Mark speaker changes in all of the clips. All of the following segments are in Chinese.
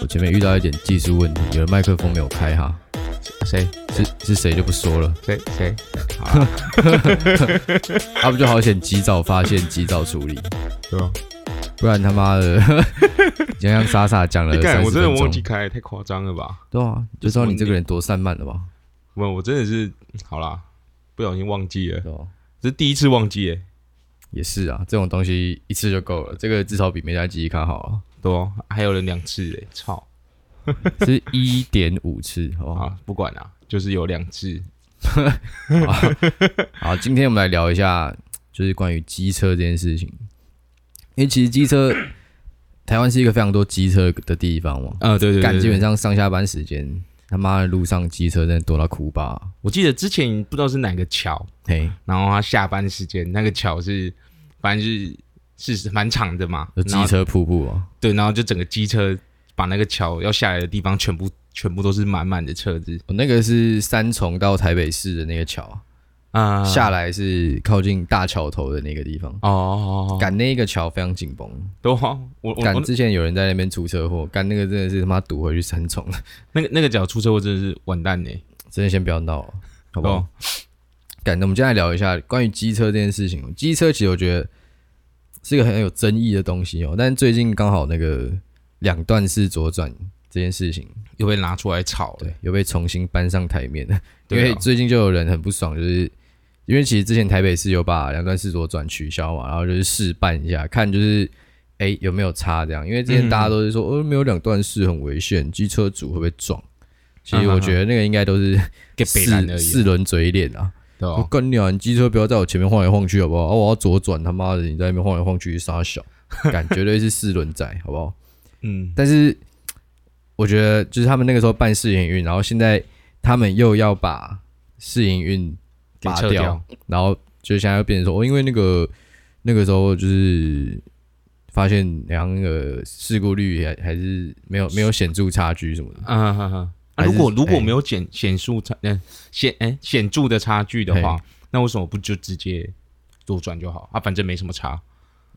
Speaker 1: 我前面遇到一点技术问题，有人麦克风没有开哈，
Speaker 2: 谁
Speaker 1: 是是谁就不说了，
Speaker 2: 谁谁？啊
Speaker 1: 他们就好险及早发现，及早处理，
Speaker 2: 对 吧？
Speaker 1: 不然他妈 的，洋洋洒洒讲了
Speaker 2: 你
Speaker 1: 三十
Speaker 2: 看，哎我真
Speaker 1: 分
Speaker 2: 的
Speaker 1: 钟
Speaker 2: 忘，记开，太夸张了吧？
Speaker 1: 对啊，就知道你这个人多散漫了吧，
Speaker 2: 我我真的是好啦，不小心忘记了，
Speaker 1: 对吧？
Speaker 2: 这是第一次忘记耶，
Speaker 1: 也是啊，这种东西一次就够了，这个至少比没带记忆卡好啊，
Speaker 2: 对哦，还有人两次耶，操！
Speaker 1: 是一点五次，好不好？
Speaker 2: 啊，不管啦，就是有两次，
Speaker 1: 好，今天我们来聊一下，就是关于机车这件事情，因为其实机车，台湾是一个非常多机车的地方嘛，
Speaker 2: 呃，对对
Speaker 1: 干
Speaker 2: 对，
Speaker 1: 基本
Speaker 2: 上
Speaker 1: 上上下班时间，他妈的路上机车真的多到哭吧，
Speaker 2: 我记得之前不知道是哪个桥，
Speaker 1: 嘿，
Speaker 2: 然后他下班时间那个桥是，反正是是蛮长的嘛，
Speaker 1: 有
Speaker 2: 然
Speaker 1: 机
Speaker 2: 后
Speaker 1: 车瀑布啊，
Speaker 2: 对，然后就整个机车把那个桥要下来的地方全部全部都是满满的车子
Speaker 1: 我那个是三重到台北市的那个桥，
Speaker 2: 啊
Speaker 1: 下来是靠近大桥头的那个地方。
Speaker 2: 哦哦，哦哦
Speaker 1: 赶那个桥非常紧绷，
Speaker 2: 对哦，我我
Speaker 1: 赶
Speaker 2: 我
Speaker 1: 之前有人在那边出车祸，赶那个真的是他妈堵回去三重，
Speaker 2: 那个那个脚出车祸真的是完蛋呢，
Speaker 1: 真的先不要闹了，好不好
Speaker 2: 哦？
Speaker 1: 感，那我们今天来聊一下关于机车这件事情。哦机车其实我觉得是一个很有争议的东西哦，但是最近刚好那个两段式左转这件事情，
Speaker 2: 又被拿出来炒了，
Speaker 1: 对，又被重新搬上台面了。因
Speaker 2: 对
Speaker 1: 为
Speaker 2: 啊
Speaker 1: 最近就有人很不爽，就是因为其实之前台北市有把两段式左转取消嘛，然后就是试办一下，看就是哎、有没有差这样。因为之前大家都是说、
Speaker 2: 嗯
Speaker 1: 哦没有两段式很危险，机车主会不会撞？其实我觉得那个应该都是
Speaker 2: 嗯给北兰而
Speaker 1: 四
Speaker 2: 已，
Speaker 1: 四轮嘴脸啊。
Speaker 2: 对
Speaker 1: 我
Speaker 2: 哦，
Speaker 1: 跟你啊，你机车不要在我前面晃来晃去，好不好？啊，我要左转，他妈的，你在那边晃来晃去，傻小，感绝对是四轮仔，好不好？
Speaker 2: 嗯，
Speaker 1: 但是我觉得，就是他们那个时候办试营运，然后现在他们又要把试营运
Speaker 2: 给
Speaker 1: 拔
Speaker 2: 撤掉，
Speaker 1: 然后就现在又变成说，哦，因为那个那个时候就是发现，然后那个事故率还还是没有没有显著差距什么的。
Speaker 2: 啊哈哈。啊
Speaker 1: 还是
Speaker 2: 如果如果
Speaker 1: 哎
Speaker 2: 没有显显著差，嗯，显哎显著的差距的话，那为什么不就直接左转就好？啊，反正没什么差。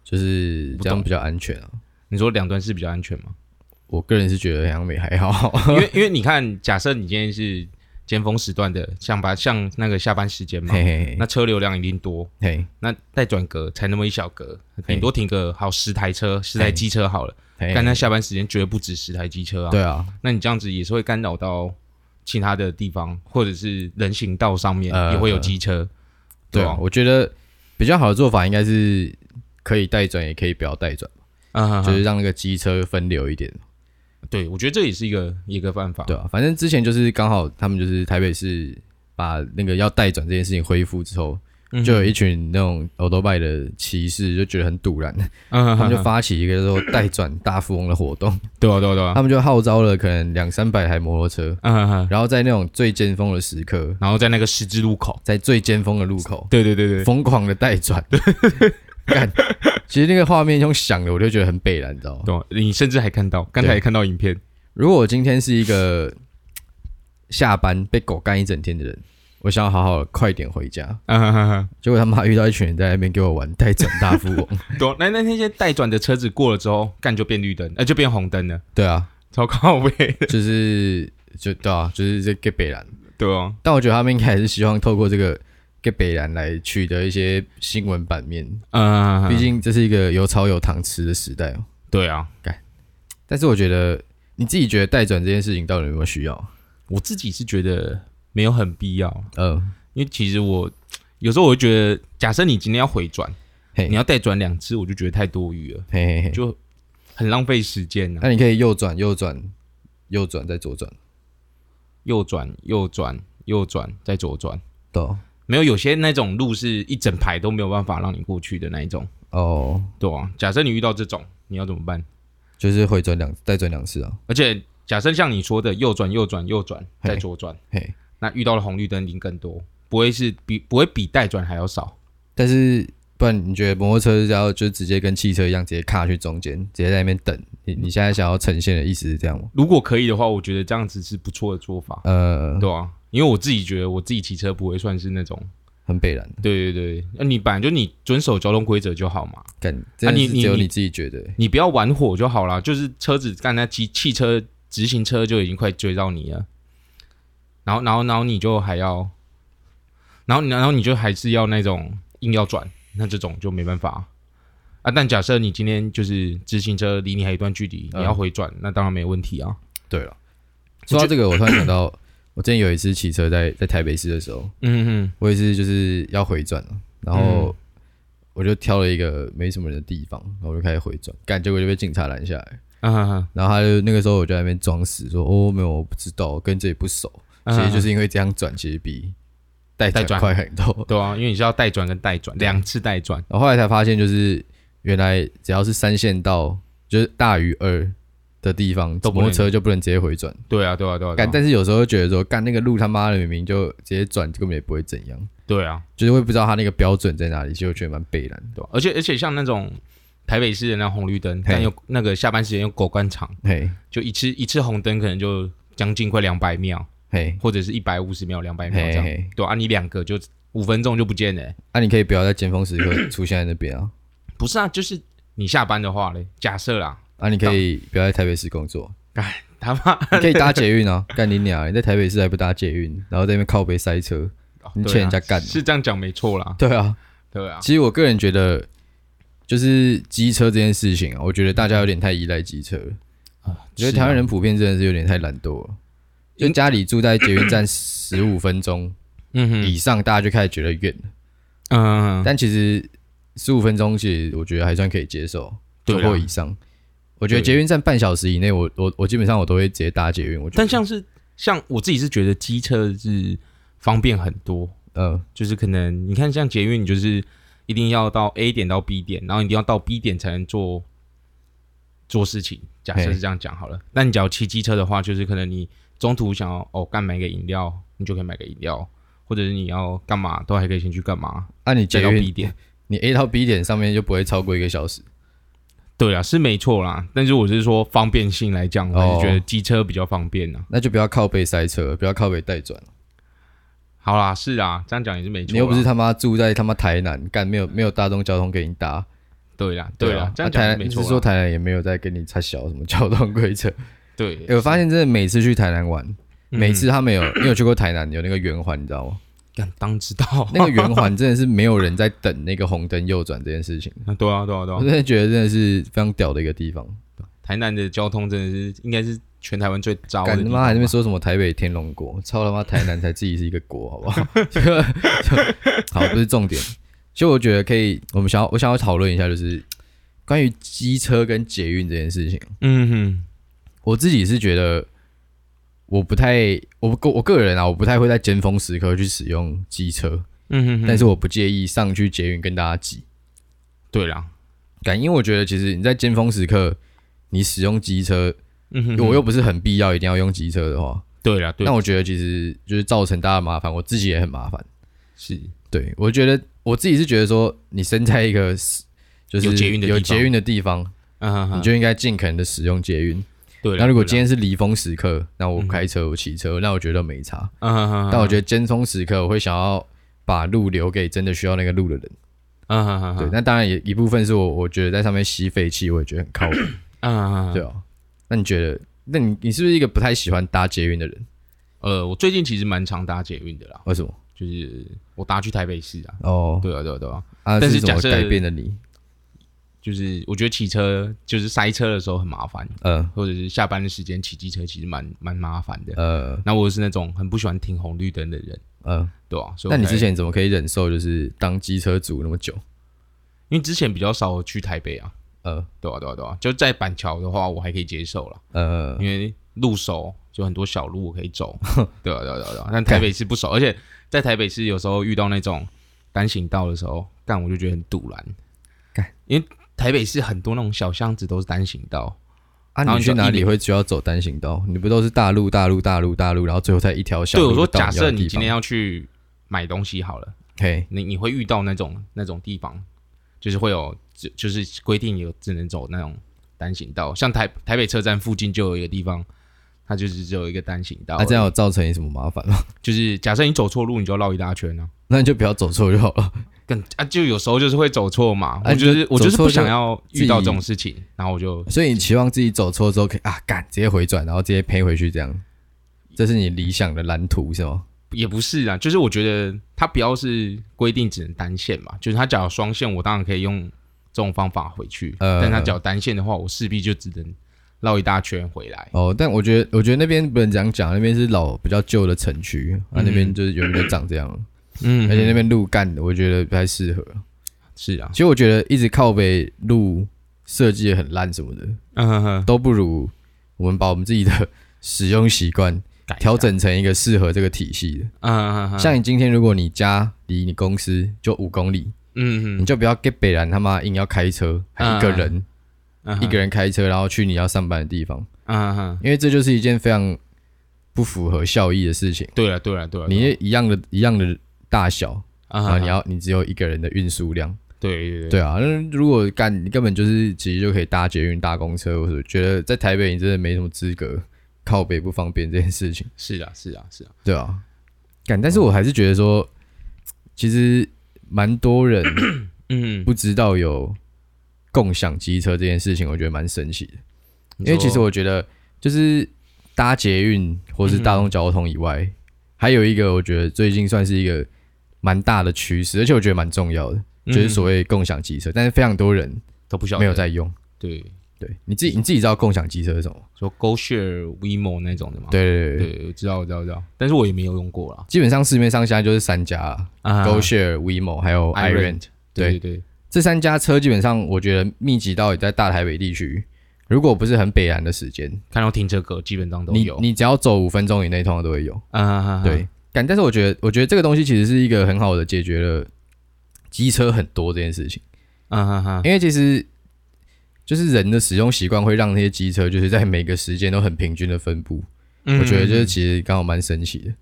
Speaker 1: 就是这样
Speaker 2: 不懂
Speaker 1: 比较安全啊，
Speaker 2: 你说两端是比较安全吗？
Speaker 1: 我个人是觉得好像也还好，
Speaker 2: 因为因为你看，假设你今天是尖峰时段的，像把像那个下班时间嘛，
Speaker 1: 嘿嘿嘿
Speaker 2: 那车流量一定多，
Speaker 1: 嘿，
Speaker 2: 那再转格才那么一小格，顶多停个好十台车，十台机车好了。
Speaker 1: 嘿
Speaker 2: 但那下班时间绝对不止十台机车啊。
Speaker 1: 哎对啊，
Speaker 2: 那你这样子也是会干扰到其他的地方，或者是人行道上面
Speaker 1: 呃
Speaker 2: 也会有机车，
Speaker 1: 对
Speaker 2: 吧
Speaker 1: 啊，？我觉得比较好的做法应该是可以带转，也可以不要带转，
Speaker 2: 嗯，
Speaker 1: 就是让那个机车分流一点，
Speaker 2: 对，我觉得这也是一个一个办法。
Speaker 1: 对啊，反正之前就是刚好他们就是台北市把那个要带转这件事情恢复之后，
Speaker 2: 嗯哼
Speaker 1: 就有一群那种 o l d b i 的骑士就觉得很堵然，
Speaker 2: 嗯，
Speaker 1: 他
Speaker 2: 他
Speaker 1: 们就发起一个说带转大富翁的活动，
Speaker 2: 对啊，对啊，对啊，
Speaker 1: 他们就号召了可能两三百台摩托车，
Speaker 2: 嗯哼哼，
Speaker 1: 然后在那种最尖峰的时刻，
Speaker 2: 然后在那个十字路口，
Speaker 1: 在最尖峰的路口，
Speaker 2: 对对对对，
Speaker 1: 疯狂的带 转。干，其实那个画面用想的，我就觉得很北然，你知道吗？
Speaker 2: 懂？你甚至还看到，刚才也看到影片，
Speaker 1: 如果我今天是一个下班被狗干一整天的人，我想要好好的快点回家，
Speaker 2: 嗯哼哼哼，
Speaker 1: 结果他妈遇到一群人在那边给我玩带转大富翁。
Speaker 2: 懂？啊那那那些带转的车子过了之后，干就变绿灯，呃，就变红灯了，
Speaker 1: 对啊，
Speaker 2: 超靠背，
Speaker 1: 就是就对啊，就是这给北然。
Speaker 2: 对哦，
Speaker 1: 但我觉得他们应该还是希望透过这个给北然来取得一些新闻版面，
Speaker 2: 嗯哼哼，
Speaker 1: 毕竟这是一个有草有糖吃的时代哦。
Speaker 2: 对啊，
Speaker 1: 但是我觉得你自己觉得带转这件事情到底有没有需要？
Speaker 2: 我自己是觉得没有很必要，
Speaker 1: 嗯，
Speaker 2: 因为其实我有时候我会觉得，假设你今天要回转，
Speaker 1: 嘿
Speaker 2: 你要带转两次，我就觉得太多余了，
Speaker 1: 嘿嘿嘿。
Speaker 2: 就很浪费时间啊。
Speaker 1: 那你可以右转，右转，右转，再左转，
Speaker 2: 右转，右转，右转，再左转，
Speaker 1: 对哦
Speaker 2: 没有有些那种路是一整排都没有办法让你过去的那一种，
Speaker 1: 哦，
Speaker 2: 对啊。假设你遇到这种，你要怎么办？
Speaker 1: 就是回转两，再转两次啊。
Speaker 2: 而且假设像你说的，右转，右转，右转，
Speaker 1: 嘿
Speaker 2: 再左转，
Speaker 1: 嘿，
Speaker 2: 那遇到了红绿灯，零更多，不会是比不会比带转还要少。
Speaker 1: 但是不然，你觉得摩托车要就直接跟汽车一样，直接卡去中间，直接在那边等？你你现在想要呈现的意思是这样吗？
Speaker 2: 如果可以的话，我觉得这样子是不错的做法。
Speaker 1: 呃，
Speaker 2: 对啊，因为我自己觉得我自己骑车不会算是那种
Speaker 1: 很北然，
Speaker 2: 对对对，那你本来就你遵守交通规则就好嘛，
Speaker 1: 干真的
Speaker 2: 你
Speaker 1: 是
Speaker 2: 你
Speaker 1: 只有
Speaker 2: 你
Speaker 1: 你自己觉得欸、
Speaker 2: 你不要玩火就好啦，就是车子干那机汽车直行车就已经快追到你了，然后然后然后你就还要，然后然后你就还是要那种硬要转，那这种就没办法啊。但假设你今天就是直行车离你还有一段距离，
Speaker 1: 嗯
Speaker 2: 你要回转，那当然没问题啊。
Speaker 1: 对了，说到这个，我突然想到，我之前有一次骑车在在台北市的时候，
Speaker 2: 嗯
Speaker 1: 我也是就是要回转了，然后我就挑了一个没什么人的地方，然后我就开始回转，干结果就被警察拦下来，
Speaker 2: 嗯嗯
Speaker 1: 然后他就那个时候我就在那边装死说哦没有我不知道，我跟这里不熟，
Speaker 2: 嗯，
Speaker 1: 其实就是是因为这样转其实比带
Speaker 2: 带
Speaker 1: 转
Speaker 2: 转
Speaker 1: 快很多，
Speaker 2: 对啊，因为你是要带转跟带转两次带转，
Speaker 1: 然后后来才发现就是原来只要是三线道就是大于二的地方，
Speaker 2: 都不
Speaker 1: 摩
Speaker 2: 能
Speaker 1: 托车就不能直接回转。
Speaker 2: 对啊对啊对啊，对
Speaker 1: 干，
Speaker 2: 啊
Speaker 1: 但是有时候觉得说，干那个路他妈的明明就直接转，根本也不会怎样，
Speaker 2: 对啊，
Speaker 1: 就是会不知道他那个标准在哪里，其实我觉得蛮北然的。
Speaker 2: 对吧、而且而且像那种台北市的那红绿灯，但有那个下班时间有狗官场，
Speaker 1: 嘿，
Speaker 2: 就一次一次红灯可能就将近快两百秒，
Speaker 1: 嘿，
Speaker 2: 或者是一百五十秒、两百秒
Speaker 1: 嘿
Speaker 2: 这样。
Speaker 1: 嘿，
Speaker 2: 对啊，你两个就五分钟就不见了欸、
Speaker 1: 那、啊你可以不要在尖峰时刻出现在那边啊，
Speaker 2: 不是啊，就是你下班的话嘞，假设啦，
Speaker 1: 啊，你可以不要在台北市工作，
Speaker 2: 他妈
Speaker 1: 你可以搭捷运啊，干你娘！你在台北市还不搭捷运，然后在那边靠背塞车，
Speaker 2: 哦
Speaker 1: 你
Speaker 2: 对啊
Speaker 1: 欠人家干
Speaker 2: 是这样讲没错啦，
Speaker 1: 对啊，
Speaker 2: 对啊，
Speaker 1: 其实我个人觉得，就是机车这件事情啊，我觉得大家有点太依赖机车了。我觉得
Speaker 2: 是
Speaker 1: 台湾
Speaker 2: 啊
Speaker 1: 人普遍真的是有点太懒惰了，就家里住在捷运 站十五分钟
Speaker 2: 嗯哼，
Speaker 1: 以上，大家就开始觉得远了。
Speaker 2: 嗯，
Speaker 1: 但其实十五分钟，其实我觉得还算可以接受，
Speaker 2: 对
Speaker 1: 九
Speaker 2: 啊
Speaker 1: 或以上。我觉得
Speaker 2: 对
Speaker 1: 捷运站半小时以内，我我我基本上我都会直接搭捷运。我觉得，
Speaker 2: 但像是像我自己是觉得机车是方便很多，
Speaker 1: 嗯
Speaker 2: 就是可能你看像捷运，你就是一定要到 A 点到 B 点，然后一定要到 B 点才能做做事情。假设是这样讲好了，那你只要骑机车的话，就是可能你中途想要哦干买个饮料，你就可以买个饮料，或者是你要干嘛都还可以先去干嘛，
Speaker 1: 按、啊你捷
Speaker 2: 再到 B
Speaker 1: 运，
Speaker 2: 点。
Speaker 1: 你 A 到 B 点上面就不会超过一个小时。
Speaker 2: 对啊，是没错啦，但是我是说方便性来讲，我还
Speaker 1: 哦
Speaker 2: 是觉得机车比较方便啊。
Speaker 1: 那就不要靠背塞车，不要靠背带转。
Speaker 2: 好啦，是啊，这样讲也是没错啦。
Speaker 1: 你又不是他妈住在他妈台南，干没有没有大众交通给你搭。
Speaker 2: 对啦，对啦
Speaker 1: 啊，，
Speaker 2: 这样
Speaker 1: 啊台
Speaker 2: 讲也
Speaker 1: 南
Speaker 2: 没
Speaker 1: 你
Speaker 2: 错
Speaker 1: 是
Speaker 2: 啦。
Speaker 1: 说台南也没有在跟你插小什么交通规 则。
Speaker 2: 对，
Speaker 1: 欸我发现真的每次去台南玩，
Speaker 2: 嗯
Speaker 1: 每次他们有，你有去过台南有那个圆环，你知道 吗？
Speaker 2: 干当知道
Speaker 1: 那个圆环真的是没有人在等那个红灯右转这件事情，
Speaker 2: 对啊，对啊，对啊
Speaker 1: 我。真的觉得真的是非常屌的一个地方。
Speaker 2: 台南的交通真的是应该是全台湾最糟的
Speaker 1: 敢
Speaker 2: 地
Speaker 1: 他妈
Speaker 2: 方啊吧。
Speaker 1: 还在那边说什么台北天龙国， 操他妈台南才自己是一个国，好不好？ 就就好，不是重点。其实我觉得可以，我们想要我想要讨论一下，就是关于机车跟捷运这件事情。
Speaker 2: 嗯哼，
Speaker 1: 我自己是觉得，我不太，我个我个人啊，我不太会在尖峰时刻去使用机车，
Speaker 2: 嗯哼哼，
Speaker 1: 但是我不介意上去捷运跟大家挤，
Speaker 2: 对啦，
Speaker 1: 感因为我觉得其实你在尖峰时刻，你使用机车，
Speaker 2: 嗯哼
Speaker 1: 我又不是很必要一定要用机车的话，
Speaker 2: 对啦，对
Speaker 1: 那，我觉得其实就是造成大家的麻烦，我自己也很麻烦。
Speaker 2: 是
Speaker 1: 对，我觉得我自己是觉得说，你身在一个就是
Speaker 2: 有捷运的地方
Speaker 1: 有捷运的地方，
Speaker 2: 嗯哼
Speaker 1: 你
Speaker 2: 哼，
Speaker 1: 就应该尽可能的使用捷运。
Speaker 2: 对啦。
Speaker 1: 那如果
Speaker 2: 对啦
Speaker 1: 今，天是离峰时刻，那我开车我骑车，那我觉得没差。
Speaker 2: 嗯哼哼，
Speaker 1: 但我觉得尖峰时刻，我会想要把路留给真的需要那个路的人。
Speaker 2: 得，嗯哼哼，
Speaker 1: 对，，那当然也一部分是我我觉得在上面吸废气，我也觉得很靠谱。
Speaker 2: 嗯哼哼，
Speaker 1: 对哦，那你觉得？那你你是不是一个不太喜欢搭捷运的人？
Speaker 2: 呃，我最近其实蛮常搭捷运的啦，
Speaker 1: 为什么？
Speaker 2: 就是我搭去台北市啊，
Speaker 1: 哦，
Speaker 2: 对啊，对啊，对啊，
Speaker 1: 啊，
Speaker 2: 但是
Speaker 1: 是怎么
Speaker 2: 假设
Speaker 1: 改变了你？
Speaker 2: 就是我觉得骑车就是塞车的时候很麻烦，
Speaker 1: 呃
Speaker 2: 或者是下班的时间骑机车其实蛮蛮麻烦的。
Speaker 1: 呃
Speaker 2: 那我是那种很不喜欢停红绿灯的人，
Speaker 1: 呃，
Speaker 2: 对啊，所以
Speaker 1: 那
Speaker 2: 我
Speaker 1: 你
Speaker 2: 才
Speaker 1: 之前怎么可以忍受就是当机车族那么久？
Speaker 2: 因为之前比较少去台北啊，
Speaker 1: 呃
Speaker 2: 对啊，对啊，对啊，就在板桥的话，我还可以接受啦，
Speaker 1: 呃
Speaker 2: 因为路熟，就很多小路我可以 走。对啊，对啊，对啊，对啊但台北市不熟，而且在台北市有时候遇到那种单行道的时候，干我就觉得很堵然。
Speaker 1: 干，
Speaker 2: 因为台北市很多那种小巷子都是单行道，然
Speaker 1: 啊，
Speaker 2: 后
Speaker 1: 你
Speaker 2: 你
Speaker 1: 去
Speaker 2: 就
Speaker 1: 哪
Speaker 2: 一
Speaker 1: 里
Speaker 2: 脸
Speaker 1: 会需要走单行道？你不都是大路大路大路大路，然后最后才一条小
Speaker 2: 对
Speaker 1: 路
Speaker 2: 我说，
Speaker 1: 就到
Speaker 2: 假
Speaker 1: 要
Speaker 2: 设
Speaker 1: 的
Speaker 2: 你
Speaker 1: 地
Speaker 2: 今天
Speaker 1: 方
Speaker 2: 要去买东西好了，
Speaker 1: 嘿
Speaker 2: 你你会遇到那种那种地方，就是会有就就是规定有只能走那种单行道，像台台北车站附近就有一个地方，它就是只有一个单行道而已。
Speaker 1: 那啊这样有造成你什么麻烦吗？
Speaker 2: 就是假设你走错路，你就绕一大圈啊。
Speaker 1: 那你就不要走错就好了。
Speaker 2: 更啊，就有时候就是会走错嘛。
Speaker 1: 啊
Speaker 2: 我就是
Speaker 1: 就
Speaker 2: 我就是
Speaker 1: 走错
Speaker 2: 不
Speaker 1: 就
Speaker 2: 想要
Speaker 1: 自
Speaker 2: 遇到
Speaker 1: 己
Speaker 2: 这种事情，然后我就
Speaker 1: 所以你期望自己走错之后可以啊，赶直接回转，然后直接赔回去，这样，这是你理想的蓝图是吗？
Speaker 2: 也不是啊，就是我觉得它不要是规定只能单线嘛，就是它只要双线，我当然可以用这种方法回去，
Speaker 1: 呃
Speaker 2: 但它只要单线的话，我势必就只能绕一大圈回来。
Speaker 1: 哦，但我觉得，我觉得那边不能这样讲，那边是老比较旧的城区，啊，那边
Speaker 2: 嗯
Speaker 1: 就是有就长这样，
Speaker 2: 嗯
Speaker 1: 而且那边路干的，我觉得不太适合。
Speaker 2: 是啊，
Speaker 1: 其实我觉得一直靠北路设计得很烂什么的，
Speaker 2: 嗯哼哼，
Speaker 1: 都不如我们把我们自己的使用习惯
Speaker 2: 改一下
Speaker 1: 调，整成一个适合这个体系的。
Speaker 2: 嗯哼哼，
Speaker 1: 像你今天，如果你家离你公司就五公里，
Speaker 2: 嗯
Speaker 1: 你就不要给北兰他妈硬要开车，还一个人、
Speaker 2: 嗯哼，
Speaker 1: 一个
Speaker 2: 人，
Speaker 1: 人开车，然后去你要上班的地方，
Speaker 2: 嗯哼，
Speaker 1: 因为这就是一件非常不符合效益的事情。
Speaker 2: 对啊了对了对了，嗯
Speaker 1: 你一样的一样的大小，
Speaker 2: 啊
Speaker 1: 然后你
Speaker 2: 要
Speaker 1: 要你只有一个人的运输量，
Speaker 2: 嗯对对
Speaker 1: 对啊，那如果干，你根本就是其实就可以搭捷运、搭公车，我觉得在台北你真的没什么资格靠北不方便这件事情，
Speaker 2: 是啊是啊是啊，
Speaker 1: 对啊，干，但是我还是觉得说，其实蛮多人
Speaker 2: 嗯，
Speaker 1: 不知道有共享机车这件事情，我觉得蛮神奇的，因为其实我觉得就是搭捷运或是大众交通以外，还有一个我觉得最近算是一个蛮大的趋势，而且我觉得蛮重要的，就是所
Speaker 2: 谓
Speaker 1: 谓共享机车，但是非常多人
Speaker 2: 嗯都不晓得
Speaker 1: 没有在用。
Speaker 2: 对
Speaker 1: 对，你自己你自己知道共享机车是什么吗？
Speaker 2: 说 GoShare、WeMo 那种的嘛，
Speaker 1: 对对对对，
Speaker 2: 对，我知道我知道我知道，但是我也没有用过啦。
Speaker 1: 基本上市面上现在就是三家啦、
Speaker 2: 啊
Speaker 1: g o s h a r e WeMo 还有
Speaker 2: I
Speaker 1: iRent，
Speaker 2: 对
Speaker 1: 对
Speaker 2: 对对，
Speaker 1: 这三家车基本上我觉得密集到你在大台北地区，如果不是很北南的时间，
Speaker 2: 看到停车格基本上都
Speaker 1: 你
Speaker 2: 有。
Speaker 1: 你只要走五分钟以内，通常都会有。
Speaker 2: 啊，
Speaker 1: 对，但但是我觉得我觉得这个东西其实是一个很好的解决了机车很多这件事情，
Speaker 2: 啊哈哈，
Speaker 1: 因为其实。就是人的使用习惯会让那些机车就是在每个时间都很平均的分布，哎我觉得
Speaker 2: 嗯
Speaker 1: 就是其实刚好蛮神奇的。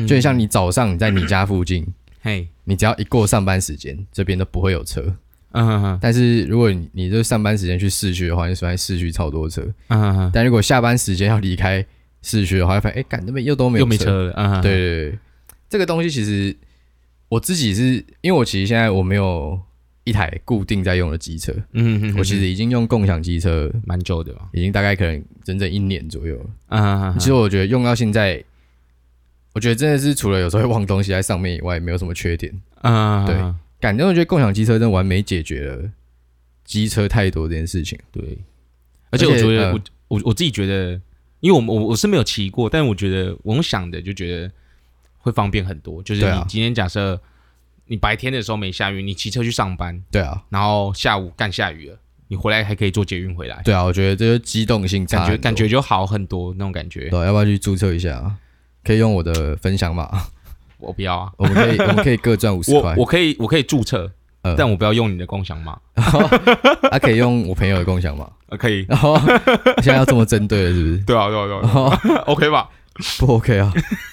Speaker 2: 是
Speaker 1: 就很像你早上你在你家附 近，
Speaker 2: 嗯嘿，
Speaker 1: 你只要一过上班时间，这边都不会有车。
Speaker 2: 嗯哼
Speaker 1: 但是如果你你就上班时间去市区的话，你喜欢市区超多车。
Speaker 2: 嗯哼，
Speaker 1: 但如果下班时间要离开市区的话，会发现哎，赶、那边又都没有
Speaker 2: 又没。车了，嗯，
Speaker 1: 对，对对，这个东西其实我自己是因为我其实现在我没有一台固定在用的机车，
Speaker 2: 嗯，
Speaker 1: 我其实已经用共享机车
Speaker 2: 蛮久的嘛，
Speaker 1: 已经大概可能整整一年左右了。
Speaker 2: 嗯，
Speaker 1: 其实我觉得用到现在，我觉得真的是除了有时候会忘东西在上面以外，没有什么缺点。
Speaker 2: 嗯，
Speaker 1: 感觉我觉得共享机车真的完美解决了机车太多这件事情。嗯
Speaker 2: 对，而且我觉
Speaker 1: 呃
Speaker 2: 得我我我自己觉得，因为我我我是没有骑过，但我觉得我用想的就觉得会方便很多，就是
Speaker 1: 啊
Speaker 2: 你今天假设你白天的时候没下雨，你骑车去上班，
Speaker 1: 对啊，
Speaker 2: 然后下午干下雨了，你回来还可以坐捷运回来，
Speaker 1: 对啊，我觉得这就是机动性差
Speaker 2: 感
Speaker 1: 很
Speaker 2: 觉
Speaker 1: 多
Speaker 2: 感觉就好很多那种感觉。
Speaker 1: 对，要不要去注册一下啊？可以用我的分享码，
Speaker 2: 我不要啊，
Speaker 1: 我们可以我们可以各赚五十
Speaker 2: 我
Speaker 1: 块，
Speaker 2: 我可以我可以注册，
Speaker 1: 呃
Speaker 2: 但我不要用你的共享码。
Speaker 1: 还、啊可以用我朋友的共享码。
Speaker 2: 啊，可以，
Speaker 1: 然后现在要这么针对了，是不是？
Speaker 2: 对啊，对啊，对啊
Speaker 1: 哦，
Speaker 2: ，OK 吧？
Speaker 1: 不 OK 啊！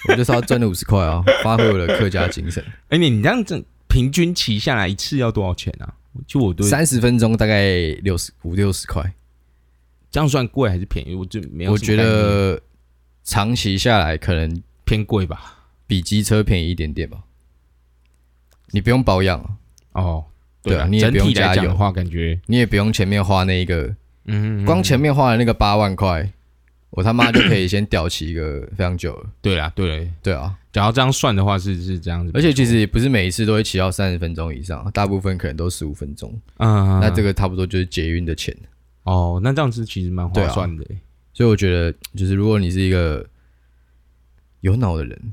Speaker 1: 我就是要赚那五十块啊，发挥我的客家精神。
Speaker 2: 哎，你你这样子平均骑下来一次要多少钱啊？就 我对
Speaker 1: 三十分钟大概六十五六十块，
Speaker 2: 这样算贵还是便宜？我就没有
Speaker 1: 我
Speaker 2: 什么
Speaker 1: 觉
Speaker 2: 概念，
Speaker 1: 得长期下来可能
Speaker 2: 偏贵吧。
Speaker 1: 比机车便宜一点点吧。你不用保养啊，
Speaker 2: 哦，
Speaker 1: 对
Speaker 2: 啊
Speaker 1: 啊，你也
Speaker 2: 整
Speaker 1: 不用
Speaker 2: 体来
Speaker 1: 加
Speaker 2: 讲的
Speaker 1: 油
Speaker 2: 话，感觉
Speaker 1: 你也不用前面花那一个，
Speaker 2: 嗯，嗯嗯
Speaker 1: 光前面花的那个八万块，我他妈就可以先屌齐一个非常久了。
Speaker 2: 对啦，对啦，
Speaker 1: 对啊，
Speaker 2: 只要这样算的话是是这样子。
Speaker 1: 而且其实也不是每一次都会骑到三十分钟以上，大部分可能都十五分钟。
Speaker 2: 嗯，嗯，
Speaker 1: 那这
Speaker 2: 个
Speaker 1: 个差不多就是捷运的钱。
Speaker 2: 哦，那这样子其实蛮
Speaker 1: 对
Speaker 2: 划
Speaker 1: 啊
Speaker 2: 算的欸。
Speaker 1: 所以我觉得，就是如果你是一个有脑的人，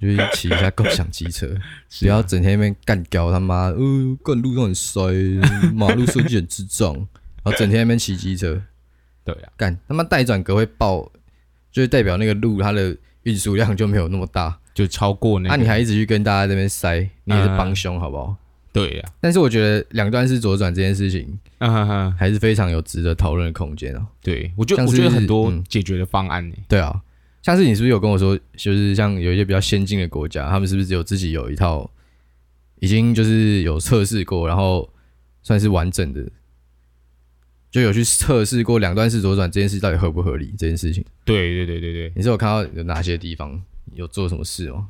Speaker 1: 就是骑一下共享机车， 不
Speaker 2: 是啊
Speaker 1: 要整天在那边干屌他妈，呃，干路上很衰，马路设计很智障，然后整天在那边骑机车，
Speaker 2: 对啊，
Speaker 1: 干他妈带转格会爆，就是代表那个路它的运输量就没有那么大。
Speaker 2: 就超过那
Speaker 1: 那、啊、
Speaker 2: 个嗯
Speaker 1: 你还一直去跟大家这边塞，你也是帮凶好不好？
Speaker 2: 对啊呀，
Speaker 1: 但是我觉得两段式左转这件事情
Speaker 2: 嗯哼哼。
Speaker 1: 还是非常有值得讨论的空间啊。
Speaker 2: 对，我觉得
Speaker 1: 像
Speaker 2: 我
Speaker 1: 是
Speaker 2: 觉得很多
Speaker 1: 嗯
Speaker 2: 解决的方案呢、欸
Speaker 1: 对啊，像是你是不是有跟我说，就是像有一些比较先进的国家，他们是不是有自己有一套已经就是有测试过，然后算是完整的，就就有去测试过两段式左转这件事到底合不合理这件事情。
Speaker 2: 对对对对对，
Speaker 1: 你是有看到有哪些地方有做什么事吗？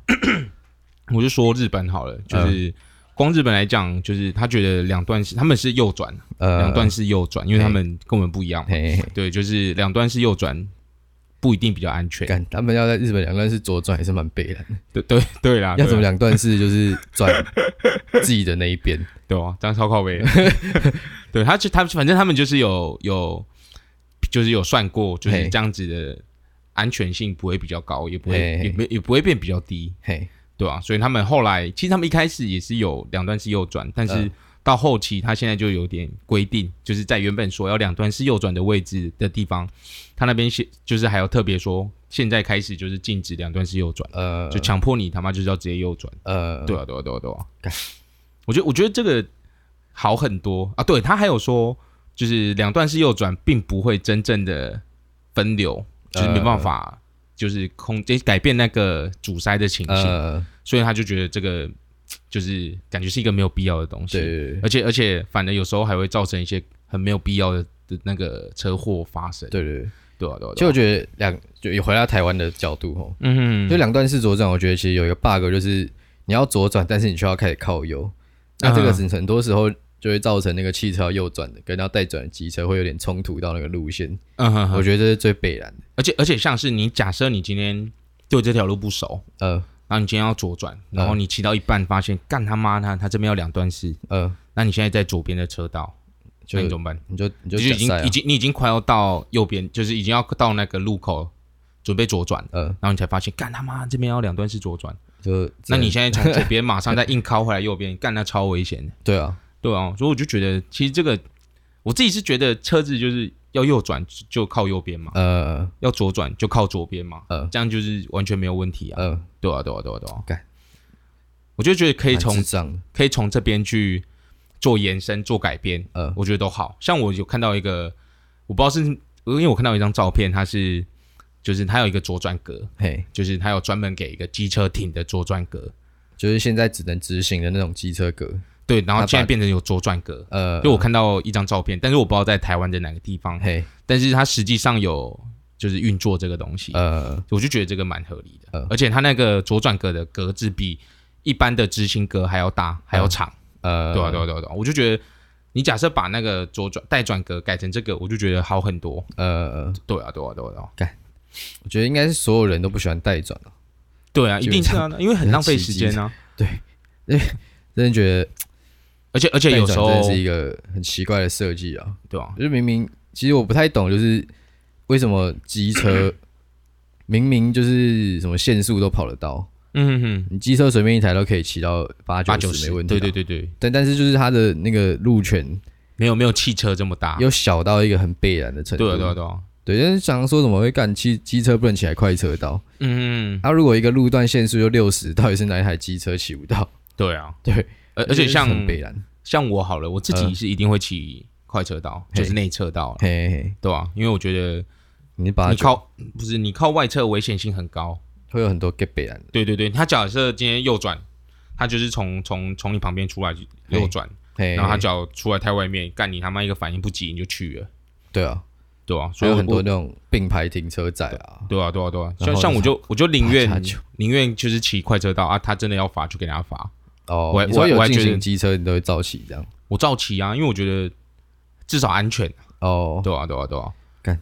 Speaker 2: 我就说日本好
Speaker 1: 嗯
Speaker 2: 了，就是光日本来讲，就是他觉得两段是他们是右转，
Speaker 1: 呃，
Speaker 2: 两段是右转，因为他们跟我们不一样嘛。
Speaker 1: 嘿，嘿嘿
Speaker 2: 对，就是两段是右转，不一定比较安全。
Speaker 1: 干他们要在日本两段式左转也是蛮悲然的，
Speaker 2: 对对对啊啦，
Speaker 1: 要怎么
Speaker 2: 讲？
Speaker 1: 两段式就是转自己的那一边，
Speaker 2: 对啊，这样超靠 背。对他就他反正他们就是有有就是有算过，就是
Speaker 1: 嘿
Speaker 2: 这样子的安全性不会比较高，也不
Speaker 1: 嘿
Speaker 2: 会
Speaker 1: 嘿
Speaker 2: 也没也不会变比较低，
Speaker 1: 嘿，
Speaker 2: 对啊，所以他们后来其实他们一开始也是有两段是右转，但是
Speaker 1: 嗯
Speaker 2: 到后期他现在就有点规定，就是在原本说要两段是右转的位置的地方，他那边写就是还要特别说，现在开始就是禁止两段是右转，
Speaker 1: 呃
Speaker 2: 就强迫你他妈就是要直接右转。
Speaker 1: 呃，
Speaker 2: 对啊，对啊，对啊，对啊。我觉得，我觉得这个好很多啊。对他还有说，就是两段式右转并不会真正的分流，就是没办法，就是空诶改变那个阻塞的情形，
Speaker 1: 呃，
Speaker 2: 所以他就觉得这个就是感觉是一个没有必要的东
Speaker 1: 对
Speaker 2: 西，
Speaker 1: 对对
Speaker 2: 而且而且反而有时候还会造成一些很没有必要的的那个车祸发生。
Speaker 1: 对对对，
Speaker 2: 对啊，对啊，
Speaker 1: 其实我
Speaker 2: 对啊
Speaker 1: 觉得两就也回到台湾的角度哦，
Speaker 2: 嗯
Speaker 1: 就
Speaker 2: 哼，
Speaker 1: 两段式左转，我觉得其实有一个 bug 就是你要左转，但是你却要开始靠右，那这个是很多时候。就会造成那个汽车要右转的跟要带转的机车会有点冲突到那个路线，
Speaker 2: 嗯哼
Speaker 1: 我
Speaker 2: 哼，
Speaker 1: 觉得这是最北然的。
Speaker 2: 而且而且像是你假设你今天对这条路不熟，
Speaker 1: 呃
Speaker 2: 然后你今天要左转，
Speaker 1: 嗯
Speaker 2: 然后你骑到一半发现，干他妈他他这边有两段式，
Speaker 1: 呃，
Speaker 2: 那你现在在左边的车道，
Speaker 1: 就
Speaker 2: 那你怎么办？
Speaker 1: 你就你就
Speaker 2: 就是已
Speaker 1: 假赛
Speaker 2: 经
Speaker 1: 啊
Speaker 2: 已经你已经快要到右边，就是已经要到那个路口，准备左转，
Speaker 1: 呃，
Speaker 2: 然后你才发现，干他妈这边要两段式左转，
Speaker 1: 就
Speaker 2: 那你现在从左 边马上再硬靠回来右边，干那超危险的，
Speaker 1: 对啊，
Speaker 2: 对啊，所以我就觉得其实这个我自己是觉得车子就是要右转就就靠右边嘛，
Speaker 1: 呃
Speaker 2: 要左转就靠左边嘛，
Speaker 1: 呃
Speaker 2: 这样就是完全没有问题啊，
Speaker 1: 呃，
Speaker 2: 对啊对啊对啊对啊，
Speaker 1: 干
Speaker 2: 我就觉得可
Speaker 1: 可
Speaker 2: 以从
Speaker 1: 上的，
Speaker 2: 可以从这边去做延伸、做改变，
Speaker 1: 呃
Speaker 2: 我觉得都好像我有看到一个，我不知道是因为我看到一张照片，它是就是它有一个左转格，
Speaker 1: 嘿，
Speaker 2: 就是它有专门给一个机车停的左转格，
Speaker 1: 就是现在只能直行的那种机车格，
Speaker 2: 对，然
Speaker 1: 它
Speaker 2: 后
Speaker 1: 把
Speaker 2: 现在变成有左转格。
Speaker 1: 呃，
Speaker 2: 就我看到一张照片，但是我不知道在台湾的哪个地方，
Speaker 1: 嘿，
Speaker 2: 但是它实际上有就是运作这个东西，
Speaker 1: 呃
Speaker 2: 我就觉得这个蛮合理的
Speaker 1: 呃，
Speaker 2: 而且它那个左转格的格子比一般的直行格还要大，还要长。
Speaker 1: 呃，
Speaker 2: 对啊，对啊，对啊，对啊，我就觉得你假设把那个左转带转格改成这个，我就觉得好很多。
Speaker 1: 呃，
Speaker 2: 对啊，对啊，对啊，对啊，
Speaker 1: 我觉得应该是所有人都不喜欢带转了，
Speaker 2: 对啊，一
Speaker 1: 基本
Speaker 2: 定是啊，因为很浪费时间啊，
Speaker 1: 真的觉得
Speaker 2: 而且而且
Speaker 1: 带
Speaker 2: 有
Speaker 1: 转
Speaker 2: 时候
Speaker 1: 真的是一个很奇怪的设计啊，
Speaker 2: 对啊，
Speaker 1: 就是明明其实我不太懂，就是为什么机车明明就是什么限速都跑得到，
Speaker 2: 嗯哼
Speaker 1: 你机车随便一台都可以骑到八
Speaker 2: 哼，八九
Speaker 1: 十
Speaker 2: 十
Speaker 1: 没，问题，啊
Speaker 2: 对对。对对，
Speaker 1: 但但是就是它的那个路权
Speaker 2: 没有没有汽车这么大，
Speaker 1: 又小到一个很悲然的程度，
Speaker 2: 啊对啊，对啊，对啊，
Speaker 1: 对，但是想说怎么会干机机车不能骑来快车道？
Speaker 2: 嗯，
Speaker 1: 它、啊、如果一个路段限速就六十，到底是哪一台机车骑不到？
Speaker 2: 对啊，
Speaker 1: 对，
Speaker 2: 而而且像
Speaker 1: 这是很北然，
Speaker 2: 像我好了，我自己
Speaker 1: 呃
Speaker 2: 是一定会骑快车道，
Speaker 1: 嘿
Speaker 2: 就是内车道了，
Speaker 1: 嘿嘿嘿，
Speaker 2: 对啊，因为我觉得
Speaker 1: 你把它
Speaker 2: 你
Speaker 1: 就
Speaker 2: 靠不是你靠外侧危险性很高，
Speaker 1: 会有很多 get 北然，
Speaker 2: 对对对，他假设今天右转，他就是从从从你旁边出来就右转，
Speaker 1: 嘿，
Speaker 2: 然后他
Speaker 1: 嘿
Speaker 2: 只要出来太外面，干你他妈一个反应不及你就去了，
Speaker 1: 对啊，
Speaker 2: 对啊，
Speaker 1: 还
Speaker 2: 所以
Speaker 1: 有
Speaker 2: 我
Speaker 1: 很多
Speaker 2: 我
Speaker 1: 那种并排停车载啊，
Speaker 2: 对啊对啊对啊，
Speaker 1: 然
Speaker 2: 像
Speaker 1: 后
Speaker 2: 像我就我就宁
Speaker 1: 八加
Speaker 2: 愿
Speaker 1: 九
Speaker 2: 宁愿就是骑快车道啊，他真的要罚就给他罚，
Speaker 1: 哦，
Speaker 2: 我还
Speaker 1: 你说
Speaker 2: 我还我
Speaker 1: 有
Speaker 2: 还
Speaker 1: 进
Speaker 2: 觉得
Speaker 1: 行机车你都会照骑这样，
Speaker 2: 我照骑啊，因为我觉得至少安全，
Speaker 1: 哦，
Speaker 2: 对啊对啊对啊，
Speaker 1: 干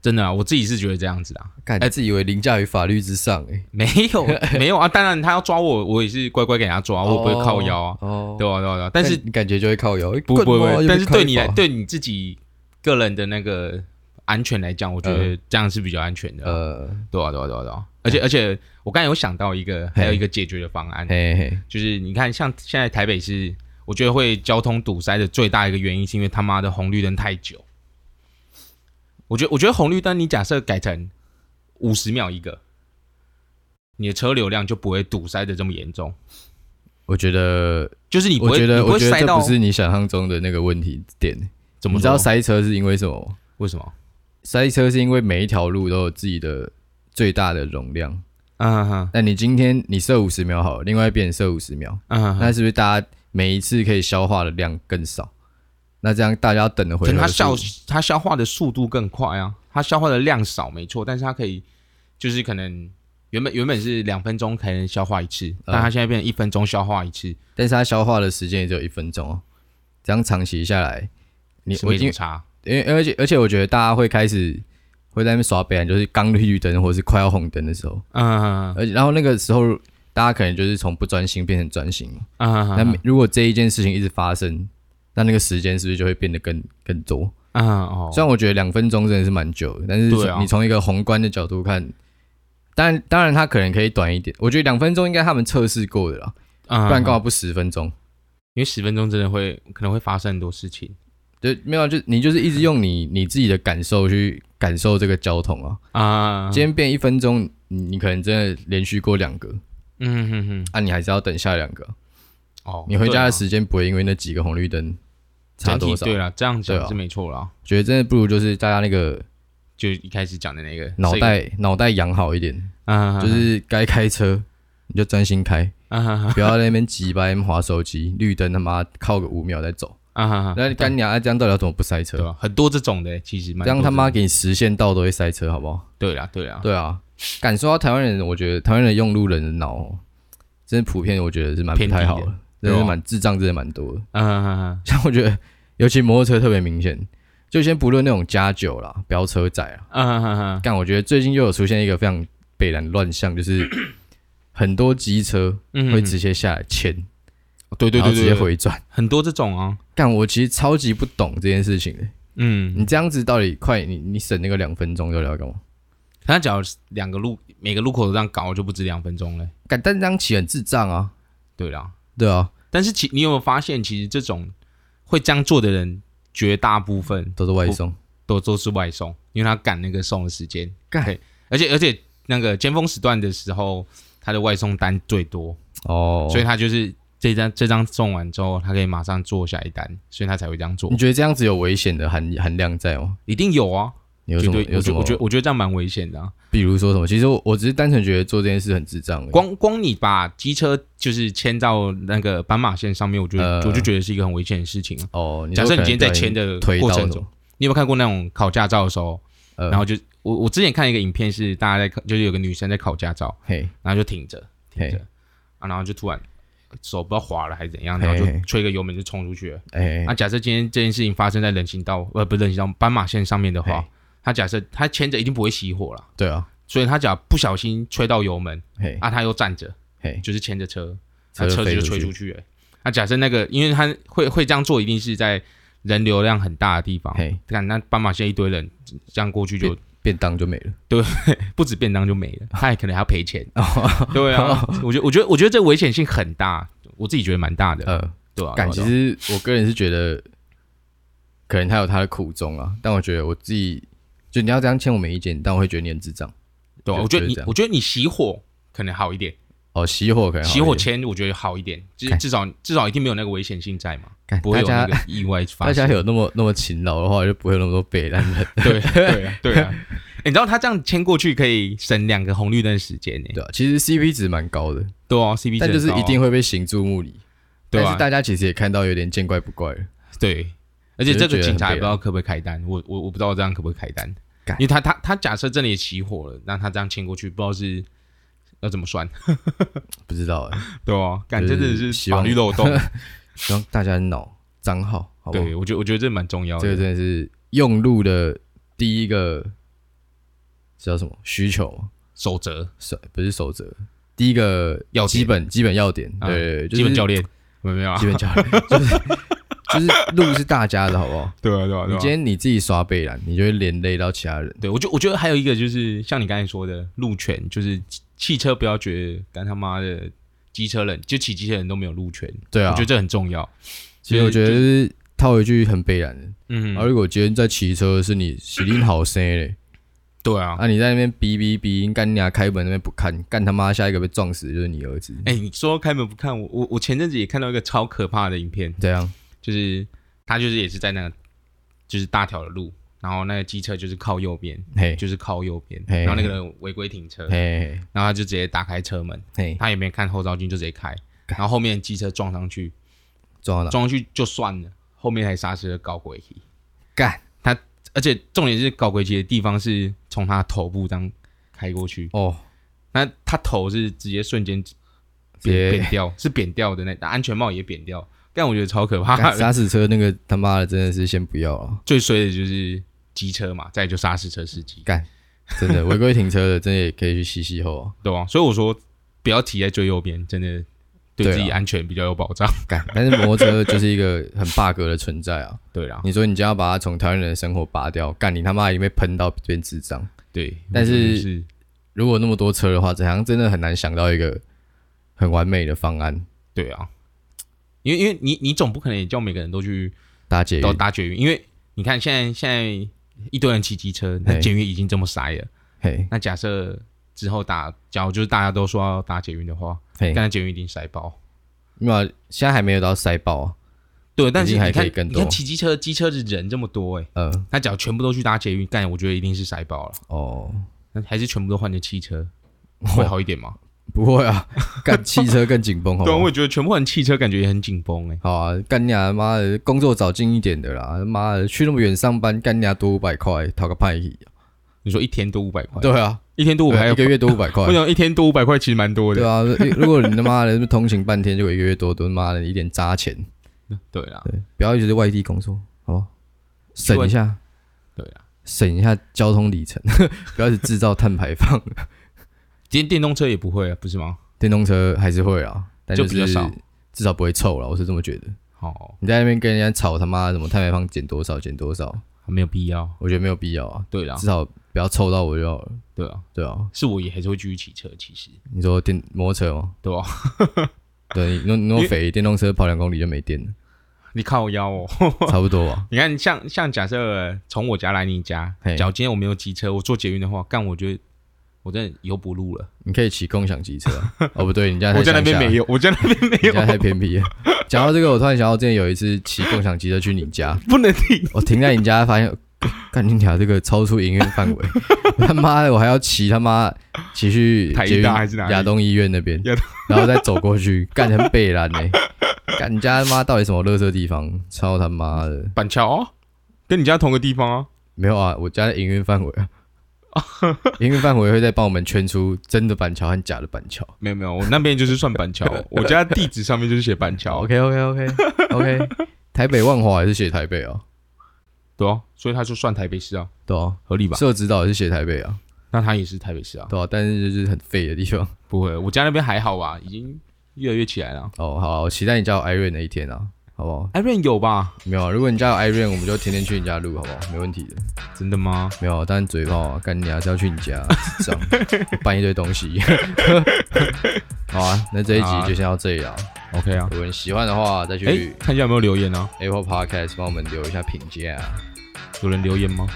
Speaker 2: 真的啊，我自己是觉得这样子啊，
Speaker 1: 干，自以为凌驾于法律之上哎、
Speaker 2: 没有没有啊，当然他要抓我，我也是乖乖给他抓，我也不会靠腰啊，
Speaker 1: 哦，
Speaker 2: 对啊对啊对啊，但是
Speaker 1: 你感觉就会靠腰，哎
Speaker 2: 不不
Speaker 1: 干
Speaker 2: 不
Speaker 1: 嘛又
Speaker 2: 会，
Speaker 1: 被
Speaker 2: 但是对
Speaker 1: 开
Speaker 2: 你来，
Speaker 1: 罚
Speaker 2: 对你自己个人的那个安全来讲，我觉
Speaker 1: 嗯
Speaker 2: 得这样是比较安全的。
Speaker 1: 呃，
Speaker 2: 对啊，对啊，对啊，对啊。而
Speaker 1: 嗯
Speaker 2: 且而且，我刚才有想到一个，还有一个解决的方案，
Speaker 1: 嘿嘿，
Speaker 2: 就是你看，像现在台北市，我觉得会交通堵塞的最大一个原因，是因为他妈的红绿灯太久。我觉得，我觉得红绿灯你假设改成五十秒一个，你的车流量就不会堵塞的这么严重，
Speaker 1: 我觉得
Speaker 2: 就是你不
Speaker 1: 我
Speaker 2: 会，
Speaker 1: 觉
Speaker 2: 你
Speaker 1: 得，
Speaker 2: 不
Speaker 1: 我
Speaker 2: 会
Speaker 1: 觉得
Speaker 2: 塞
Speaker 1: 这
Speaker 2: 到
Speaker 1: 不是你想象中的那个问题点。
Speaker 2: 怎么
Speaker 1: 你知道
Speaker 2: 说
Speaker 1: 塞车是因为什么吗？
Speaker 2: 为什么？
Speaker 1: 塞车是因为每一条路都有自己的最大的容量。
Speaker 2: 嗯哼
Speaker 1: 那你今天你设五十秒好了，另外一边设五十秒，
Speaker 2: 嗯哼，
Speaker 1: 那是不是大家每一次可以消化的量更少？那这样大家等的回
Speaker 2: 可能
Speaker 1: 合
Speaker 2: 它
Speaker 1: 数
Speaker 2: 消它消化的速度更快啊，它消化的量少没错，但是它可以就是可能原本原本是两分钟可能消化一次，但
Speaker 1: 嗯
Speaker 2: 它现在变成一分钟消化一次，
Speaker 1: 但是它消化的时间也只有一分钟哦。这样长期下来，你
Speaker 2: 是
Speaker 1: 我
Speaker 2: 没
Speaker 1: 已
Speaker 2: 什
Speaker 1: 经
Speaker 2: 么差。
Speaker 1: 因为而且而且我觉得大家会开始会在那边耍北岸，就是刚绿灯或是快要红灯的时候，
Speaker 2: 嗯
Speaker 1: 而且然后那个时候大家可能就是从不专心变成专心嘛。
Speaker 2: 嗯
Speaker 1: 那、如果这一件事情一直发生，那那个时间是不是就会变得更更多？
Speaker 2: 嗯哦，
Speaker 1: 虽然我觉得两分钟真的是蛮久的，但是
Speaker 2: 对啊
Speaker 1: 你从一个宏观的角度看，当然当然它可能可以短一点，我觉得两分钟应该他们测试过的啦，
Speaker 2: 嗯
Speaker 1: 不然干嘛不十分钟？
Speaker 2: 因为十分钟真的会可能会发生很多事情。
Speaker 1: 就没有，就你就是一直用你你自己的感受去感受这个交通啊。
Speaker 2: 啊、
Speaker 1: 今天变一分钟，你你可能真的连续过两个，
Speaker 2: 嗯哼哼，
Speaker 1: 啊，你还是要等下两个。
Speaker 2: 哦，
Speaker 1: 你回家的
Speaker 2: 对啊
Speaker 1: 时间不会因为那几个红绿灯差
Speaker 2: 整体
Speaker 1: 多少。
Speaker 2: 对了，这样
Speaker 1: 对
Speaker 2: 讲
Speaker 1: 啊
Speaker 2: 是没错啦。
Speaker 1: 觉得真的不如就是大家那个
Speaker 2: 就一开始讲的那个
Speaker 1: 脑，袋脑袋养好一点，
Speaker 2: 嗯，
Speaker 1: 就是该开车你就专心开，
Speaker 2: 嗯哼哼
Speaker 1: 不要在那边急掰划手机，绿灯他妈靠个五秒再走。
Speaker 2: 嗯哼哼，
Speaker 1: 那干娘这样到底要怎么不塞
Speaker 2: 对啊
Speaker 1: 车？
Speaker 2: 吧？很多这种的，其实蛮
Speaker 1: 这样
Speaker 2: 多
Speaker 1: 他妈
Speaker 2: 这种
Speaker 1: 给你实线道都会塞车，好不好？
Speaker 2: 对啦对啦，
Speaker 1: 对啊，感受到台湾人，我觉得台湾人用路人的脑哦，真的普遍我觉得是蛮不太好
Speaker 2: 偏
Speaker 1: 的
Speaker 2: 低，
Speaker 1: 真的
Speaker 2: 对
Speaker 1: 是
Speaker 2: 啊
Speaker 1: 蛮智障，真的蛮多的。
Speaker 2: 嗯哼哼哼，
Speaker 1: 像我觉得，尤其摩托车特别明显，就先不论那种加九啦、飙车仔啦，
Speaker 2: 嗯哼哼哼，
Speaker 1: 但我觉得最近又有出现一个非常北然乱象，就是 很多机车
Speaker 2: 嗯，哦
Speaker 1: 会直接下来牵，
Speaker 2: 对对
Speaker 1: 然后
Speaker 2: 对
Speaker 1: 直
Speaker 2: 对，
Speaker 1: 接
Speaker 2: 对
Speaker 1: 回转。
Speaker 2: 很多这种啊，
Speaker 1: 但我其实超级不懂这件事情的，
Speaker 2: 嗯，
Speaker 1: 你这样子到底快，你你省那个两分钟到底要干嘛？
Speaker 2: 他只要两个路每个路口都这样搞，就不止两分钟了。
Speaker 1: 干，但这样骑很智障啊，
Speaker 2: 对啦，
Speaker 1: 对啊，
Speaker 2: 但是其你有没有发现，其实这种会这样做的人，绝大部分
Speaker 1: 都是外送。
Speaker 2: 都都是外送，因为他赶那个送的时间，
Speaker 1: 干
Speaker 2: 对而且而且那个尖峰时段的时候，他的外送单最多，
Speaker 1: 哦，
Speaker 2: 所以他就是这张这张送完之后，他可以马上做下一单，所以他才会这样做
Speaker 1: 你。觉得这样子有危险的含含量在吗？
Speaker 2: 一定有啊，
Speaker 1: 你有
Speaker 2: 绝
Speaker 1: 什么？
Speaker 2: 对，
Speaker 1: 有
Speaker 2: 我
Speaker 1: 什
Speaker 2: 觉
Speaker 1: 么？
Speaker 2: 我觉得我觉得这样蛮危险的、啊。
Speaker 1: 比如说什么？其实我我只是单纯觉得做这件事很智障而已。
Speaker 2: 光光你把机车就是牵到那个斑马线上面，我觉得、
Speaker 1: 呃
Speaker 2: 我就觉得是一个很危险的事情啊。
Speaker 1: 哦，你
Speaker 2: 假
Speaker 1: 说
Speaker 2: 设
Speaker 1: 可
Speaker 2: 你
Speaker 1: 能
Speaker 2: 今天在
Speaker 1: 不小
Speaker 2: 牵
Speaker 1: 心
Speaker 2: 的
Speaker 1: 推
Speaker 2: 过
Speaker 1: 到
Speaker 2: 程
Speaker 1: 那
Speaker 2: 中
Speaker 1: 种，，
Speaker 2: 你有没有看过那种考驾照的时候，
Speaker 1: 呃
Speaker 2: 然后就我我之前看一个影片是大家在考，就是有个女生在考驾照，
Speaker 1: 嘿
Speaker 2: 然后就停着
Speaker 1: 嘿
Speaker 2: 着啊，然后就突然手不知道滑了还是怎样，
Speaker 1: 嘿
Speaker 2: 然后
Speaker 1: 嘿
Speaker 2: 就吹个油门就冲出去了。啊
Speaker 1: 哎
Speaker 2: 那、，假设今天这件事情发生在人行道，呃，不是人行道，斑马线上面的话
Speaker 1: 嘿，
Speaker 2: 他假设他牵着一定不会熄火了，
Speaker 1: 对啊，
Speaker 2: 所以他只要不小心吹到油门
Speaker 1: 嘿
Speaker 2: 啊，他又站着，
Speaker 1: 嘿，
Speaker 2: 就是牵着车，
Speaker 1: 车
Speaker 2: 那
Speaker 1: 就
Speaker 2: 车子
Speaker 1: 飞
Speaker 2: 就
Speaker 1: 出
Speaker 2: 吹
Speaker 1: 去
Speaker 2: 出去了。那、假设那个，因为他会会这样做，一定是在人流量很大的地方。
Speaker 1: 嘿，
Speaker 2: 看那斑马线一堆人这样过去就
Speaker 1: 便当就没了。
Speaker 2: 不止便当就没了，他还可能还要赔 钱。
Speaker 1: 哦，
Speaker 2: 对啊，我觉得我觉得我觉得这危险性很大，我自己觉得蛮大 的，
Speaker 1: 呃，
Speaker 2: 对啊？
Speaker 1: 感
Speaker 2: 对
Speaker 1: 其
Speaker 2: 啊
Speaker 1: 实我个人是觉得，可能他有他的苦衷啊，但我觉得我自己。就你要这样欠我没意见，但我会觉得你很智障。
Speaker 2: 对啊，
Speaker 1: 就
Speaker 2: 我觉得
Speaker 1: 就是
Speaker 2: 你
Speaker 1: 这样
Speaker 2: 我觉得你熄火可能好一点，
Speaker 1: 哦，熄火可能好一
Speaker 2: 熄火
Speaker 1: 点
Speaker 2: 前我觉得好一点，就是
Speaker 1: 看
Speaker 2: 至少至少一定没有那个危险性在嘛，
Speaker 1: 干
Speaker 2: 不会有
Speaker 1: 大
Speaker 2: 那
Speaker 1: 家
Speaker 2: 个意外发
Speaker 1: 大
Speaker 2: 生
Speaker 1: 家。有那么那么勤劳的话，就不会有那么多北烂 人。
Speaker 2: 对对 啊对啊，欸你知道他这样牵过去可以省两个红绿灯时间呢，
Speaker 1: 对啊，其实 CP 值蛮高的，
Speaker 2: 对啊，CP 值
Speaker 1: 但就是
Speaker 2: 很高
Speaker 1: 一
Speaker 2: 啊
Speaker 1: 定会被行注目礼。
Speaker 2: 对
Speaker 1: 但
Speaker 2: 啊
Speaker 1: 是大家其实也看到有点见怪不怪了。
Speaker 2: 对，而且
Speaker 1: 就
Speaker 2: 这
Speaker 1: 觉
Speaker 2: 个
Speaker 1: 得
Speaker 2: 警
Speaker 1: 很
Speaker 2: 察也
Speaker 1: 北
Speaker 2: 不知道可不可以开单，我我我不知道这样可不可以开单，
Speaker 1: 干
Speaker 2: 因为他他他假设这里也起火了，那他这样牵过去，不知道是要怎 么算，
Speaker 1: 不知道哎，
Speaker 2: 对啊，感
Speaker 1: 就
Speaker 2: 真
Speaker 1: 是
Speaker 2: 的是
Speaker 1: 希
Speaker 2: 法
Speaker 1: 望
Speaker 2: 律漏洞，
Speaker 1: 希望大家脑张好， 好不好？
Speaker 2: 对我觉得我觉得这蛮重要
Speaker 1: 这个
Speaker 2: 的，
Speaker 1: 真的是用路的第一个叫什么需求吗？
Speaker 2: 守则
Speaker 1: 守不是守则，第一个
Speaker 2: 要点
Speaker 1: 基本基本要点，
Speaker 2: 啊
Speaker 1: 对，就是
Speaker 2: 基本教练有没有啊
Speaker 1: 基？本教练 就是就是路是大家的，好不好？
Speaker 2: 对啊对啊
Speaker 1: 你今
Speaker 2: 对啊，
Speaker 1: 天你自己刷背篮，你就会连累到其他人。
Speaker 2: 对我觉我觉得还有一个就是像你刚才说的路权，就是汽汽车不要觉得干他妈的机车人就骑机车人都没有路权，
Speaker 1: 对
Speaker 2: 我
Speaker 1: 啊
Speaker 2: 觉得，这很重要，
Speaker 1: 其实我觉得
Speaker 2: 就
Speaker 1: 就是套一句很悲然的，
Speaker 2: 嗯
Speaker 1: 而，如果今天在骑车是你喜力好生嘞，
Speaker 2: 对啊，
Speaker 1: 啊你在那边哔哔哔，干你俩开门那边不看，干他妈下一个被撞死的就是你儿子，
Speaker 2: 哎、你说开门不看我，我我前阵子也看到一个超可怕的影片，
Speaker 1: 这样
Speaker 2: 就是他就是也是在那个就是大条的路，然后那个机车就是靠右边，
Speaker 1: 嘿
Speaker 2: 就是靠右边，
Speaker 1: 嘿
Speaker 2: 然后那个人违规停车，
Speaker 1: 嘿嘿
Speaker 2: 然后他就直接打开车门，
Speaker 1: 嘿，
Speaker 2: 他也没看后照镜就直接开，然后后面的机车撞上去，
Speaker 1: 撞到哪？
Speaker 2: 撞上去就算了，后面还刹车搞鬼去，
Speaker 1: 干
Speaker 2: 而且重点是搞鬼去的地方是从他头部这样开过去，
Speaker 1: 哦，
Speaker 2: 那他头是直接瞬间扁
Speaker 1: 别
Speaker 2: 扁掉，是扁掉的那安全帽也扁掉，但我觉得超可怕
Speaker 1: 干
Speaker 2: 的。
Speaker 1: 刹死车那个他妈的真的是先不要啊了，
Speaker 2: 最衰的就是机车嘛，再就砂石车司机，
Speaker 1: 真的违规停车的，真的也可以去吸吸 后啊，
Speaker 2: 对吧、所以我说不要骑在最右边，真的对
Speaker 1: 对啊
Speaker 2: 自己安全比较有保障。
Speaker 1: 干。但是摩托车就是一个很 bug 的存在啊！
Speaker 2: 对啦，
Speaker 1: 你说你将要把它从台湾人的生活拔掉，干你他妈已经被喷到变智障。
Speaker 2: 对，
Speaker 1: 但是
Speaker 2: 就是
Speaker 1: 如果那么多车的话，这好像真的很难想到一个很完美的方案
Speaker 2: 对啊，因为因为你你总不可能也叫每个人都去
Speaker 1: 搭捷运
Speaker 2: 都。搭捷运，因为你看现在现在一堆人骑机车，那
Speaker 1: 嘿
Speaker 2: 捷运已经这么塞了，
Speaker 1: 嘿，
Speaker 2: 那假设之后打，假如就是大家都说要搭捷运的话，
Speaker 1: 嘿
Speaker 2: 刚，才捷运一定塞爆。
Speaker 1: 没有啊，现在还没有到塞爆啊。
Speaker 2: 对，但
Speaker 1: 一
Speaker 2: 是
Speaker 1: 定还
Speaker 2: 你看，
Speaker 1: 可以更
Speaker 2: 你
Speaker 1: 多
Speaker 2: 看骑机车，机车的人这么多、欸，哎，
Speaker 1: 嗯，
Speaker 2: 那假如全部都去搭捷运，干，我觉得一定是塞爆了。
Speaker 1: 哦，
Speaker 2: 那还是全部都换成汽车，会好一点吗？
Speaker 1: 不会 啊，干汽车更紧绷，好
Speaker 2: 对啊，
Speaker 1: 吗
Speaker 2: 我？也觉得全部换汽车，感觉也很紧绷哎。
Speaker 1: 好啊，干你啊！妈的，工作找近一点的啦！妈的，去那么远上班，干你啊多五百块，讨个派屁！
Speaker 2: 你说一天多五百块，
Speaker 1: 对啊，
Speaker 2: 一天多五
Speaker 1: 对
Speaker 2: 百
Speaker 1: 啊
Speaker 2: 块，
Speaker 1: 一个月多五百块
Speaker 2: 我，想一天多五百块其实蛮多
Speaker 1: 对
Speaker 2: 的。
Speaker 1: 啊。 如果你他妈的通勤半天，就一个月多多他妈的一点渣钱，
Speaker 2: 对啊啦，
Speaker 1: 对，不要一直在外地工作，好吧？省一下，
Speaker 2: 对啊，
Speaker 1: 省一下交通里程， 不要一直制造碳排放。
Speaker 2: 今天电动车也不会啊，不是吗？
Speaker 1: 电动车还是会啊，但
Speaker 2: 就是比较少，
Speaker 1: 至少不会臭了，我是这么觉得。
Speaker 2: 哦，
Speaker 1: 你在那边跟人家吵他妈的什么碳排放减多少减多少，
Speaker 2: 没有必要。
Speaker 1: 我觉得没有必要啊，
Speaker 2: 对啦
Speaker 1: 至，少不要臭到我就好了。
Speaker 2: 对啊，
Speaker 1: 对啊，
Speaker 2: 是我也还是会继续骑车，其实
Speaker 1: 你说电摩托车吗？
Speaker 2: 对吧、
Speaker 1: 对，你弄弄
Speaker 2: 因为
Speaker 1: 肥电动车跑两公里就没电了，
Speaker 2: 你靠腰哦。
Speaker 1: 差不多吧。
Speaker 2: 你看，像像假设呃从我家来你家，
Speaker 1: 嘿
Speaker 2: 假如今天我没有机车，我坐捷运的话，干我觉得我真的以后不录了。
Speaker 1: 你可以骑共享机车 啊、哦，不对，你家
Speaker 2: 我在那边没
Speaker 1: 有，
Speaker 2: 有，我在那边没
Speaker 1: 你
Speaker 2: 有
Speaker 1: 家，太偏僻了。讲到这个，我突然想到之前有一次骑共享机车去你家，
Speaker 2: 不能停。
Speaker 1: 我停在你家，发现 干你俩这个超出营运范围， 他妈的，我还要骑他妈骑去
Speaker 2: 台
Speaker 1: 捷运
Speaker 2: 大还是哪里
Speaker 1: 亚东医院那边
Speaker 2: 亚东，
Speaker 1: 然后再走过去， 干成北兰呢、干你家他妈到底什么垃圾地方？超他妈的！
Speaker 2: 板桥、啊，跟你家同个地方啊。
Speaker 1: 没有啊，我家的营运范 围啊，营运范围会再帮我们圈出真的板桥和假的板桥。
Speaker 2: 没有没有，我那边就是算 板桥，我家地址上面就是写板 桥，
Speaker 1: OK OK OK OK，台北万华也是写台北啊，
Speaker 2: 对哦、所以他就算台北市啊，
Speaker 1: 对啊，
Speaker 2: 合理吧？
Speaker 1: 社指导也是写台北啊，
Speaker 2: 那他也是台北市啊，
Speaker 1: 对啊，但是就是很废的地方。
Speaker 2: 不会，我家那边还好啊吧，已经越来越起来了。
Speaker 1: 哦，好啊、我期待你家有 Irene 的一天啊，好不好？
Speaker 2: 艾瑞有吧？
Speaker 1: 没有啊，如果你家有 Irene，我们就天天去你家录，好不好？没问题的。
Speaker 2: 真的吗？
Speaker 1: 没有啊，但嘴炮啊，干你还是要去你家， 这样搬一堆东西。 好啊，那这一集就先到这里了。
Speaker 2: OK 啊，
Speaker 1: 如果你喜欢的话，再
Speaker 2: 哎、
Speaker 1: 去
Speaker 2: 看一下有没有留言啊？
Speaker 1: Apple Podcast 帮我们留一下评价啊。
Speaker 2: 有人留言吗？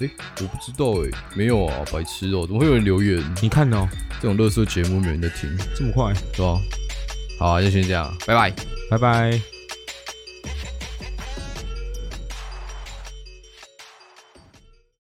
Speaker 1: 诶，我不知道诶，没有啊，白痴哦、怎么会有人留言？
Speaker 2: 你看哦，
Speaker 1: 这种乐色节目没人在听，
Speaker 2: 这么快，
Speaker 1: 对吧、好啊，就先这样，拜拜。
Speaker 2: 拜拜。